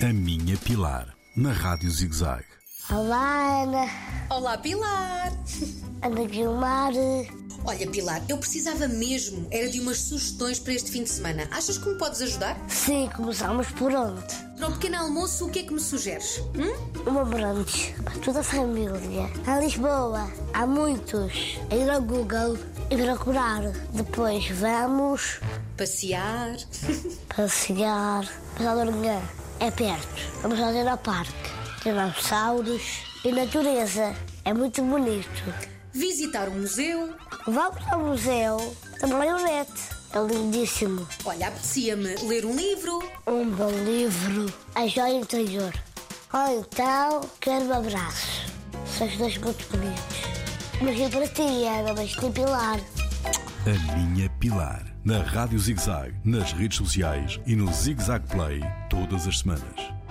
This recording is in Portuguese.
A Minha Pilar, na Rádio ZigZag. Olá, Ana, Olá, Pilar! Ana Guilmar. Olha, Pilar, eu precisava mesmo, era de umas sugestões para este fim de semana. Achas que me podes ajudar? Sim, começámos por onde? Para o pequeno almoço, o que é que me sugeres? Hum? Uma brunch para toda a família. A Lisboa, há muitos. A ir ao Google e procurar. Depois vamos Passear? passear. Passar da manhã é perto. Vamos fazer ao parque. Dinossauros e natureza. É muito bonito. Visitar um museu? Vamos ao museu da marionete. É lindíssimo. Olha, apetecia-me ler um livro? Um bom livro, A Joia Interior. Ou então, quero um abraço. Sois dois muito bonitos. Mas eu para ti, Ana, mas tem pilar. A Minha Pilar, na Rádio ZigZag, nas redes sociais e no ZigZag Play, todas as semanas.